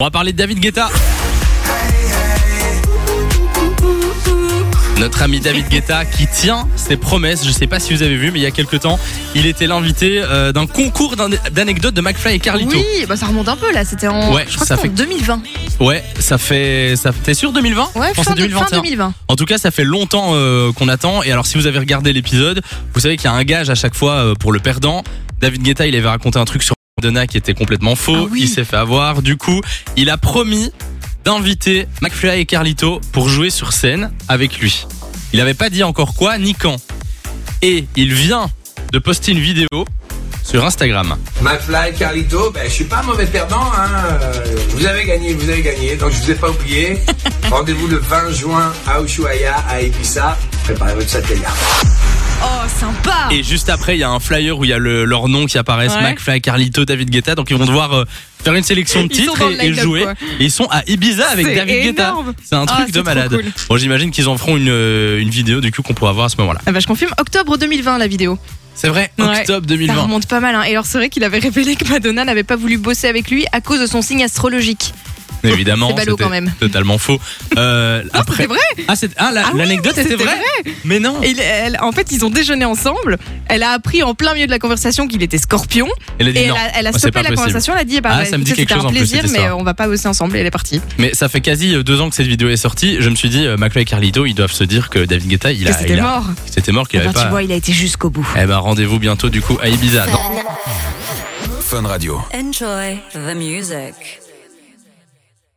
On va parler de David Guetta. Notre ami David Guetta qui tient ses promesses. Je sais pas si vous avez vu, mais il y a quelques temps, il était l'invité euh, d'un concours d'an- d'anecdotes de McFly et Carlito. Oui, bah ça remonte un peu là, c'était en, Ouais, je crois ça que c'était fait- en 2020. Ouais, ça fait. Ça... T'es sûr 2020 Ouais, Je pense fin, que c'est de- fin 2021. 2020. En tout cas, ça fait longtemps euh, qu'on attend. Et alors, si vous avez regardé l'épisode, vous savez qu'il y a un gage à chaque fois euh, pour le perdant. David Guetta, il avait raconté un truc sur Madonna qui était complètement faux. Ah oui. Il s'est fait avoir. Du coup, il a promis d'inviter McFly et Carlito pour jouer sur scène avec lui. Il n'avait pas dit encore quoi ni quand. Et il vient de poster une vidéo sur Instagram. McFly, Carlito, ben, je suis pas un mauvais perdant. Hein. euh, Vous avez gagné, vous avez gagné. Donc je vous ai pas oublié. Rendez-vous le 20 juin à Ushuaïa, à Ibiza. Préparez votre satellite. Oh, sympa Et juste après, il y a un flyer où il y a le- leurs noms qui apparaissent Ouais. McFly, Carlito, David Guetta. Donc ils vont devoir euh, faire une sélection de Ils sont titres dans et, le et line-up, jouer. quoi. Et ils sont à Ibiza avec C'est David Guetta. énorme. C'est un Ah, truc c'est de trop malade. cool. Bon, j'imagine qu'ils en feront une, euh, une vidéo du coup qu'on pourra voir à ce moment-là. Ah bah, je confirme, octobre 2020 la vidéo. C'est vrai, Ouais. octobre Ça 2020. remonte pas mal. Hein. Et alors c'est vrai qu'il avait révélé que Madonna n'avait pas voulu bosser avec lui à cause de son signe astrologique. Évidemment, C'est ballot c'était quand même. totalement faux. Euh, C'est après, vrai ah, c'est- ah, la- Ah oui, l'anecdote était c'était vraie. Mais non. Et il- elle- En fait, ils ont déjeuné ensemble. Elle a appris en plein milieu de la conversation qu'il était scorpion. Elle a dit Et elle non. a, elle a Oh, c'est stoppé pas la possible. conversation. Elle a dit eh bah, Ah, bah, ça me dit écoutez, quelque c'était chose un en plus, plaisir, cette mais histoire. euh, on va pas bosser ensemble. Et elle est partie. Mais ça fait quasi euh, deux ans que cette vidéo est sortie. Je me suis dit, euh, McFly et Carlito, ils doivent se dire que David Guetta, il Que a, il C'était a- mort. c'était mort, qu'il Eh avait ben, tu pas. vois, il a été jusqu'au bout. Eh ben rendez-vous bientôt du coup à Ibiza. Dans- Enjoy the music.